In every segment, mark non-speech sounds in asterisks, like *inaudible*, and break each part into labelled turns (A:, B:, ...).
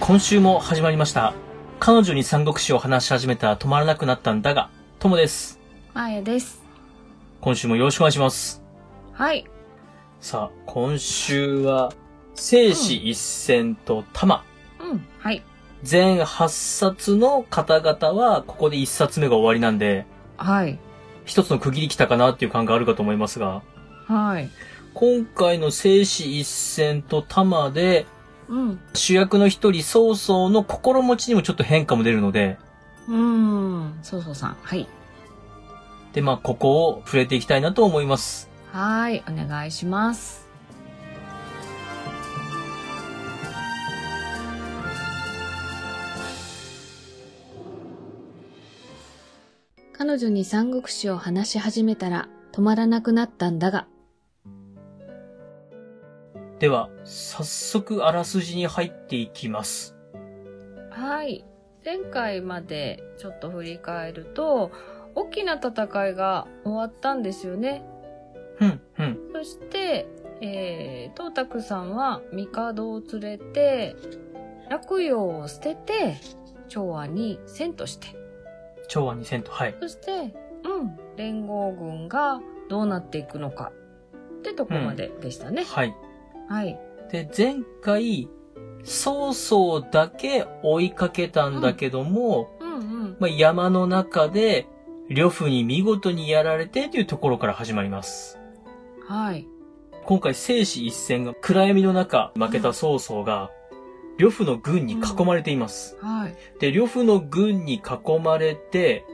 A: 今週も始まりました。彼女に三国志を話し始めたら止まらなくなったんだが、ともです。
B: まあやです。
A: 今週もよろしくお願いします。
B: はい。
A: さあ、今週は、生死一戦と玉。
B: うん。はい。
A: 全8冊の方々は、ここで1冊目が終わりなんで、
B: はい。
A: 一つの区切り来たかなっていう感があるかと思いますが、
B: はい。
A: 今回の生死一戦と玉で、
B: うん。
A: 主役の一人曹操の心持ちにもちょっと変化も出るので、
B: うーん。そうそうさん。はい。
A: で、まあ、ここを触れていきたいなと思います。
B: はい。お願いします。彼女に三国志を話し始めたら止まらなくなったんだが。
A: では、早速あらすじに入っていきます。
B: はい。前回までちょっと振り返ると、大きな戦いが終わったんですよね。
A: うん、うん。
B: そして、えー、東卓さんは帝を連れて、洛陽を捨てて、長安に遷として。
A: 長安2000と、はい。
B: そして、うん、連合軍がどうなっていくのか。ってとこまででしたね。
A: はい。
B: はい。
A: で、前回、曹操だけ追いかけたんだけども、
B: うんうん。
A: まあ、山の中で、呂布に見事にやられてというところから始まります。
B: はい。
A: 今回、生死一戦が暗闇の中負けた曹操が、呂布の軍に囲まれています。
B: はい。
A: で、呂布の軍に囲まれて、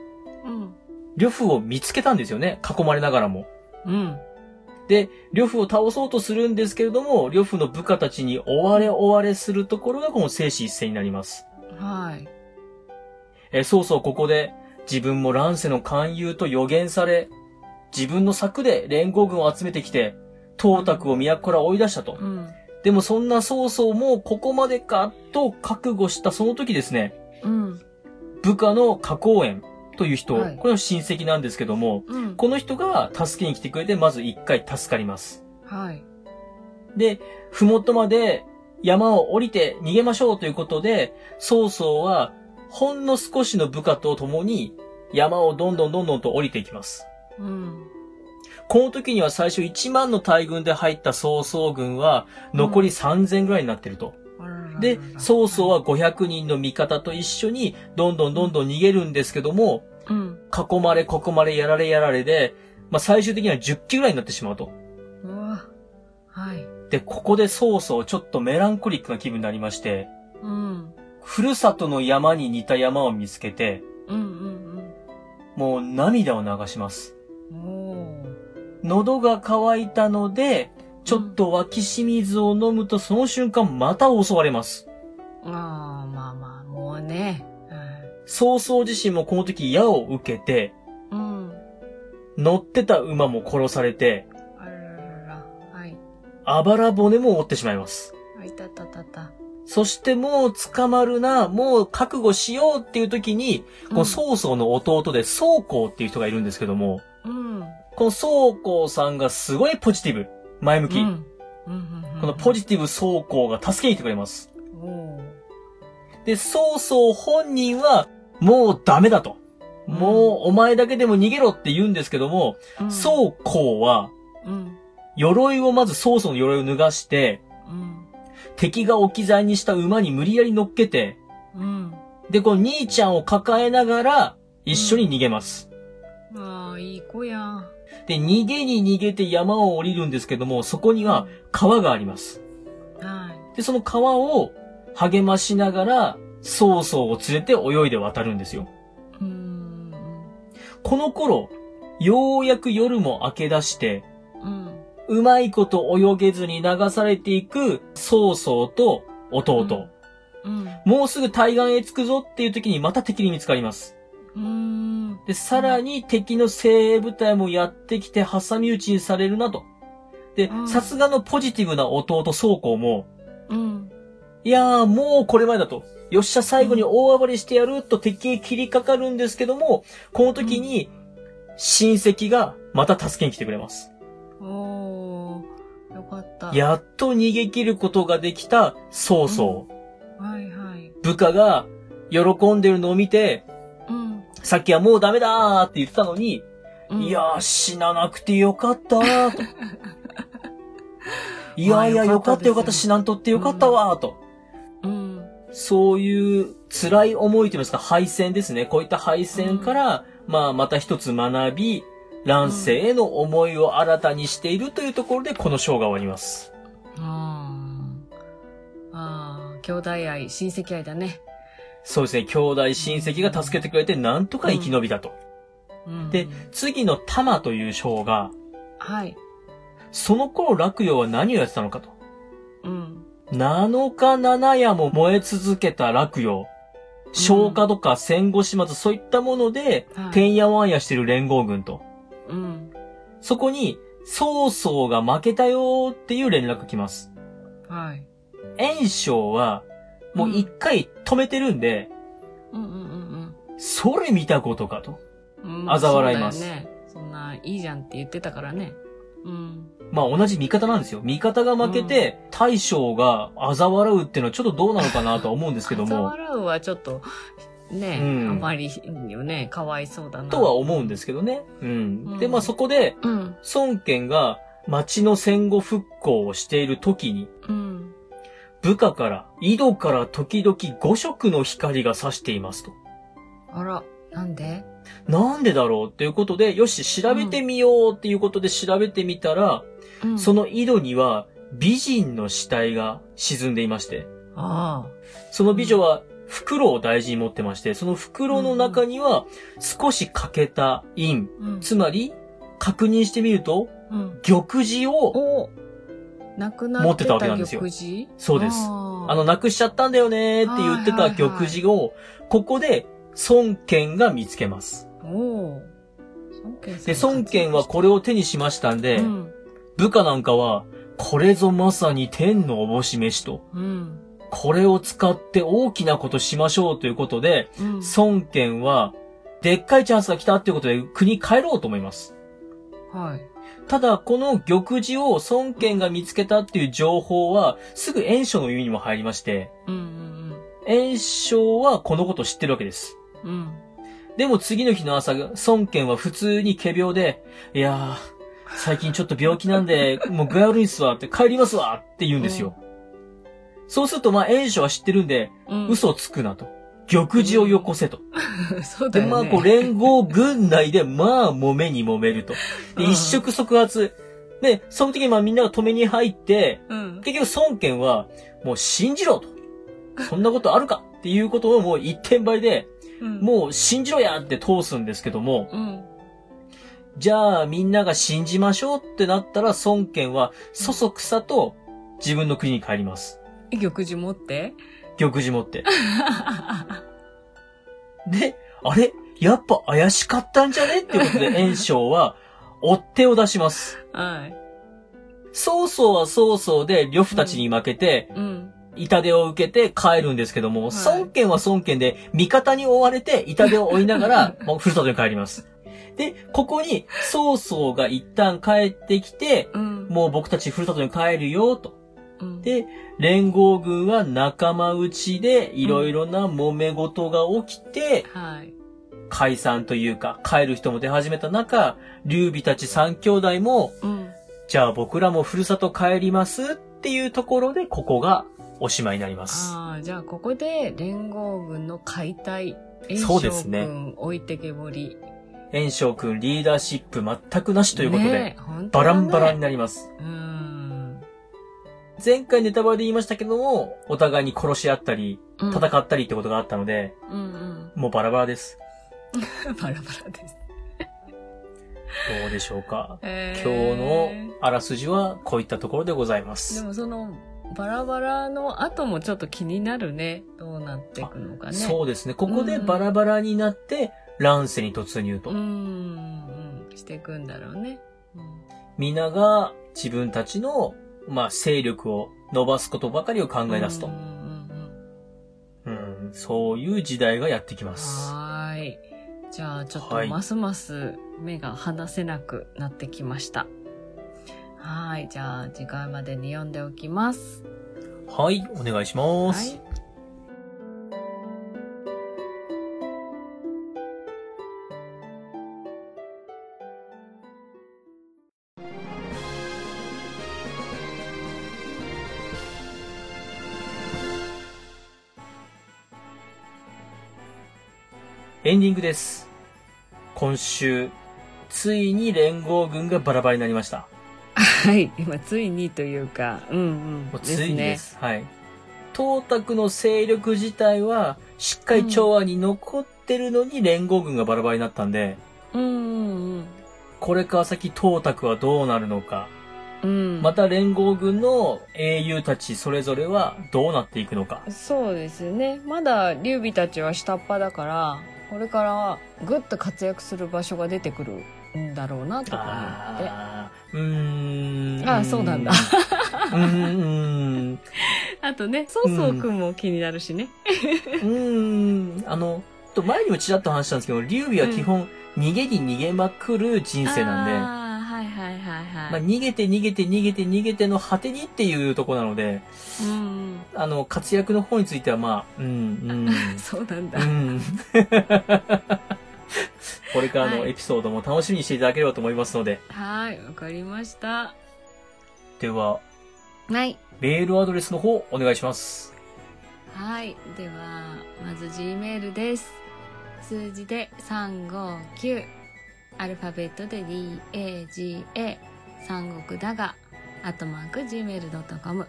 B: うん。
A: 呂布を見つけたんですよね。囲まれながらも。
B: うん。
A: で、呂布を倒そうとするんですけれども、呂布の部下たちに追われ追われするところがこの生死一戦になります。
B: はい。
A: えーそうそうここで、自分も乱世の勧誘と予言され、自分の策で連合軍を集めてきて、東卓を都から追い出したと
B: う。ん。
A: でもそんな曹操もここまでかと覚悟したその時ですね、
B: うん。
A: 部下の加工園という人、
B: はい
A: これは親戚なんですけども、
B: うん。
A: この人が助けに来てくれて、まず一回助かります。
B: はい。
A: で、ふもとまで山を降りて逃げましょうということで、曹操はほんの少しの部下と共に山をどんどんどんどんと降りていきます。
B: うん。
A: この時には最初1万の大軍で入った曹操軍は残り3000ぐらいになってると。
B: あらららら
A: で、曹操は、500人の味方と一緒にどんどんどんどん逃げるんですけども、
B: うん。
A: 囲まれ囲まれやられやられで、まあ、最終的には10機ぐらいになってしまうと。
B: うわ。はい。
A: で、ここで曹操ちょっとメランコリックな気分になりまして、
B: うん。
A: ふるさとの山に似た山を見つけて、
B: うんうん
A: もう涙を流します。
B: うん。おー
A: 喉が渇いたので、ちょっと湧き清水を飲むとその瞬間また襲われます。
B: ああ、まあまあ、もうね。
A: 曹操自身もこの時矢を受けて、
B: うん。うん
A: 乗ってた馬も殺されて、
B: あらららら。はい。
A: あばら骨も折ってしまいます。
B: あいたたたた。
A: そしてもう捕まるな、もう覚悟しようっていう時に、この曹操の弟で曹公っていう人がいるんですけども、
B: うん。
A: この曹公さんがすごいポジティブ、前向き。
B: うん。うんうん。
A: このポ
B: ジ。
A: ジティブ走行が助けに来てくれます。
B: おー
A: で、曹操本人は、もうダメだと。もうお前だけでも逃げろって言うんですけども、
B: うん。
A: 曹公は、
B: うん。
A: 鎧をまず曹操の鎧を脱がして、
B: うん。
A: 敵が置き去りにした馬に無理やり乗っけて、
B: うん。
A: で、この兄ちゃんを抱えながら、一緒に逃げます。
B: ああ、いい子やん。
A: で、逃げに逃げて山を降りるんですけども、そこには川があります。
B: はい。
A: で、その川を励ましながら、曹操を連れて泳いで渡るんですよ。
B: うーん。
A: この頃、ようやく夜も明け出して、
B: うん。
A: うまいこと泳げずに流されていく曹操と弟。
B: うん。
A: もうすぐ対岸へ着くぞっていう時にまた敵に見つかります。
B: うーん。
A: で、さらに敵の精鋭部隊もやってきて挟み撃ちにされるなと。で
B: う、ん
A: さすがのポジティブな弟曹公も、
B: うん。
A: いやーもうこれまでだと。よっしゃ最後に大暴れしてやると敵へ切りかかるんですけども、この時に親戚がまた助けに来てくれます。
B: おー。よかった。。
A: やっと逃げ切ることができた曹操。
B: はいはい。
A: 部下が喜んでるのを見て、
B: うん。
A: さっきはもうダメだーって言ってたのに、
B: うん
A: いやー、死ななくてよかったー *laughs* と。いやいや、よかったよかった、死なんとってよかったわーと。
B: うん。
A: そういう辛い思いといいますか、敗戦ですね。こういった敗戦から、まあ、また一つ学び、乱世への思いを新たにしているというところで、この章が終わります。
B: ああ。ああ、兄弟愛、親戚愛だね。
A: そうですね、兄弟親戚が助けてくれて、なんとか生き延びたと。
B: うん、
A: で、次の玉という章が、
B: はい。
A: その頃洛陽は何をやってたのかと。
B: うん。
A: 7日7夜も燃え続けた落葉。消火とか戦後始末、そういったもので、
B: はい
A: てんやわんやしてる連合軍と。
B: うん。
A: そこに、曹操が負けたよーっていう連絡来ます。
B: はい。
A: 袁紹は、もう一回止めてるんで、
B: うんうんうん
A: それ見たことかと。
B: うん。うん
A: 嘲笑います
B: そうだよね。そんな、いいじゃんって言ってたからね。うん。
A: まあ同じ味方なんですよ。味方が負けて、大将が嘲笑うっていうのはちょっとどうなのかなとは思うんですけど
B: 嘲
A: も、
B: 笑うはちょっと、ね、
A: うん
B: あまりよね、かわいそうだな。
A: とは思うんですけどね。うん。で、まあそこで、
B: うん。
A: 孫権が町の戦後復興をしている時に、
B: うん。
A: 部下から、井戸から時々5色の光が差していますと。
B: あら、なんで
A: なんでだろうっていうことで、よし、調べてみようっていうことで調べてみたら、
B: うん。
A: その井戸には美人の死体が沈んでいまして、
B: あ
A: その美女は袋を大事に持ってまして、その袋の中には少し欠けた印、
B: あ。うん。
A: つまり、確認してみると、
B: うん。
A: 玉璽を、
B: おなくなって
A: 持ってたわけなんですよ
B: 玉璽
A: そうです
B: あー
A: あの、なくしちゃったんだよねーって言って
B: はい
A: た
B: はいはい
A: 玉璽を、ここで、孫権が見つけます。
B: おー孫権さん
A: で、孫権はこれを手にしましたんで、
B: うん。
A: 部下なんかは、これぞまさに天のおぼし飯と、
B: うん。
A: これを使って大きなことしましょうということで、
B: うん。
A: 孫権は、でっかいチャンスが来たっていうことで国帰ろうと思います。
B: はい。
A: ただ、この玉璽を孫権が見つけたっていう情報は、すぐ炎章の耳にも入りまして、
B: うんうん
A: 炎章はこのことを知ってるわけです。
B: うん。うん。
A: でも次の日の朝、孫権は普通に仮病で、いやー、最近ちょっと病気なんで、 *laughs* もう具合悪いっすわって、帰りますわって言うんですよ。そうすると、まあ、炎章は知ってるんで、
B: うん、
A: 嘘をつくなと。玉璽をよこせと。
B: そうだ
A: で、
B: よね。
A: まあ、こう、連合軍内で、まあ、揉めに揉めると。で、
B: うん
A: 一触即発。で、その時にまあ、みんなが止めに入って、
B: うん。
A: 結局、孫権は、もう信じろと。そんなことあるかっていうことをもう一点倍で、
B: うん、
A: もう信じろやって通すんですけども、
B: うん。
A: じゃあみんなが信じましょうってなったら孫権はそそくさと自分の国に帰ります。
B: 玉璽持って。 *laughs*
A: 玉璽持って。で、あれやっぱ怪しかったんじゃねっていうことで袁紹は追っ手を出します。
B: はい。
A: 曹操は曹操で呂布たちに負けて、
B: うん。
A: 痛手を受けて帰るんですけども、
B: はい
A: 孫権は孫権で味方に追われて痛手を負いなが
B: *laughs*
A: ら、もうふるさとに帰ります。で、ここに曹操が一旦帰ってきて、
B: うん。
A: もう僕たちふるさとに帰るよ、と。
B: うん、
A: で、連合軍は仲間内でいろいろな揉め事が起きて、
B: はい。
A: 解散というか、帰る人も出始めた中、劉備たち三兄弟も、
B: うん。
A: じゃあ僕らもふるさと帰りますっていうところで、ここがおしまいになります。
B: ああ、じゃあここで連合軍の解体。
A: そうですね
B: 袁紹軍置いてけぼり。
A: 炎章君リーダーシップ全くなしということで、
B: ねえ、本当
A: バ
B: だ
A: ラ
B: ね
A: ンバランに。なります。
B: うん。
A: 前回ネタバレで言いましたけども、お互いに殺し合ったり、
B: うん
A: 戦ったりってことがあったので、
B: うんうん。 *laughs*
A: もうバラバラです。
B: バラバラです。
A: どうでしょうか
B: え
A: 今日
B: ー
A: のあらすじはこういったところでございま。
B: ですもその、バラバラの後もちょっと気になるね。どうなっていくのかね。
A: そうですね。ここで
B: うん
A: バラバラになって、乱世に突入と。
B: うーん、うん、していくんだろうね。うん
A: 皆が自分たちの、まあ、勢力を伸ばすことばかりを考え出すと
B: うんう。んうん
A: うん、そういう時代がやってきます。
B: はーい。じゃあ、ちょっ
A: は
B: と
A: い
B: ますます目が離せなくなってきました。はーい。じゃあ、次回までに読んでおきます。
A: はい、お願いしま
B: は
A: す。
B: い。
A: エンディングです。今週、ついに連合軍がバラバラになりました。
B: はい。今、ついにというか、うんうん。
A: もうついにです。はい。東卓の勢力自体は、しっかり調和に残ってるのに連合軍がバラバラになったんで、
B: ね。うんうん
A: これから先東卓はどうなるのか、
B: うん。うん。
A: また連合軍の英雄たちそれぞれはどうなっていくのか。
B: そうですね。まだ、劉備たちは下っ端だから、これからは、ぐっと活躍する場所が出てくるんだろうな、とか思って。
A: あーうーん。
B: あーそうなんだ
A: うーん。うーん。
B: あとね、そうそうくんも気になるしね。
A: うーん。あの、ちょっと前にもちらっと話したんですけど、劉備は基本、逃げに逃げまくる人生なんで、
B: ああ、はいはいはいはい。
A: まあ、逃げて逃げて逃げて逃げての果てにっていうとこなので、
B: うん
A: あの、活躍の方についてはまあ、うん、
B: うん。そうなんだ
A: うん。う。ん。 *laughs* これからのエピソードも楽しみにしていただければと思いますので、
B: はい、わかりました。
A: では、
B: はい。
A: メールアドレスの方お願いします。
B: はい。では、まず G メールです。数字で359。アルファベットで DAGA。三国だが、アットマーク Gmail.com。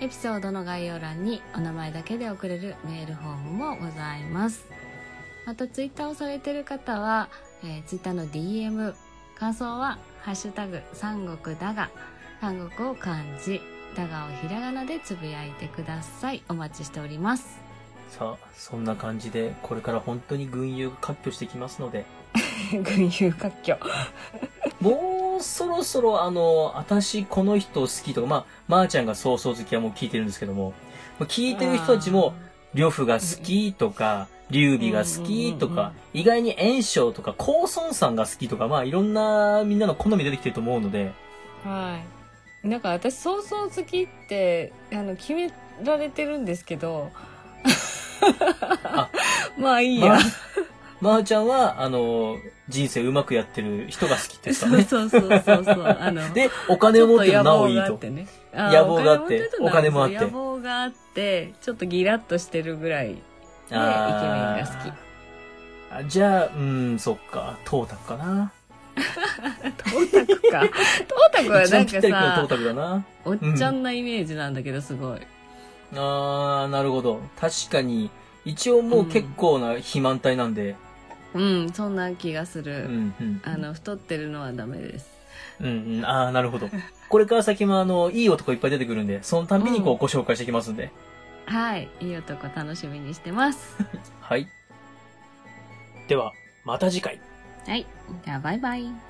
B: エピソードの概要欄にお名前だけで送れるメールフォームもございます。また、ツイッターをされてる方は、えツイッター Twitter の DM、感想は、ハッシュタグ、三国だが、三国を漢字、だがをひらがなでつぶやいてください。お待ちしております。
A: さあ、そんな感じで、これから本当に群雄割拠してきますので、
B: *laughs* 群雄割拠。
A: もうそろそろあの、私この人好きとか、まあ、まー、ちゃんが早々好きはもう聞いてるんですけども、まあ聞いてる人たちも、呂布が好きとか、劉備が好きと
B: うんうんうん
A: か、意外に炎章とか、高孫さんが好きとか、まあいろんなみんなの好み出てきてると思うので、
B: はい。なんか私、早々好きって、あの、決められてるんですけど、 *laughs* まあいい
A: ま
B: や。
A: ー、まーちゃんは、あの、人生うまくやってる人が好きです
B: *laughs* そ
A: か
B: う
A: ね。
B: そうそうそうそう。あ
A: *laughs*
B: の、
A: で、お金を持ってるなおいい
B: ちょっ
A: と
B: と。
A: 野望があって
B: 野望があって
A: お金もあって
B: 野望があって、ちょっとギラッとしてるぐらい。で
A: あー
B: イケメンが
A: あじゃあ、うん、そっか、トータクかな。
B: トータク
A: *laughs*
B: か。トータクは
A: 一
B: な
A: 番
B: ん
A: ぴ
B: か
A: ったりくるトー
B: さ、
A: タクだな。
B: おっちゃんなイメージなんだけど、すごい。
A: あー、なるほど。確かに、一応もう結構な肥満体なんで。
B: うん、そんな気がす
A: う
B: る。
A: ん、うん。
B: あの、太ってるのはダメです。
A: うん、うん。あー、なるほど。これから先もあの、いい男いっぱい出てくるんで、そのたんびにこ
B: う
A: うんご紹介していきますんで。
B: はい。いい男楽しみにして *laughs* ます。
A: はい。では、また次回。
B: はい。じゃあ、バイバイ。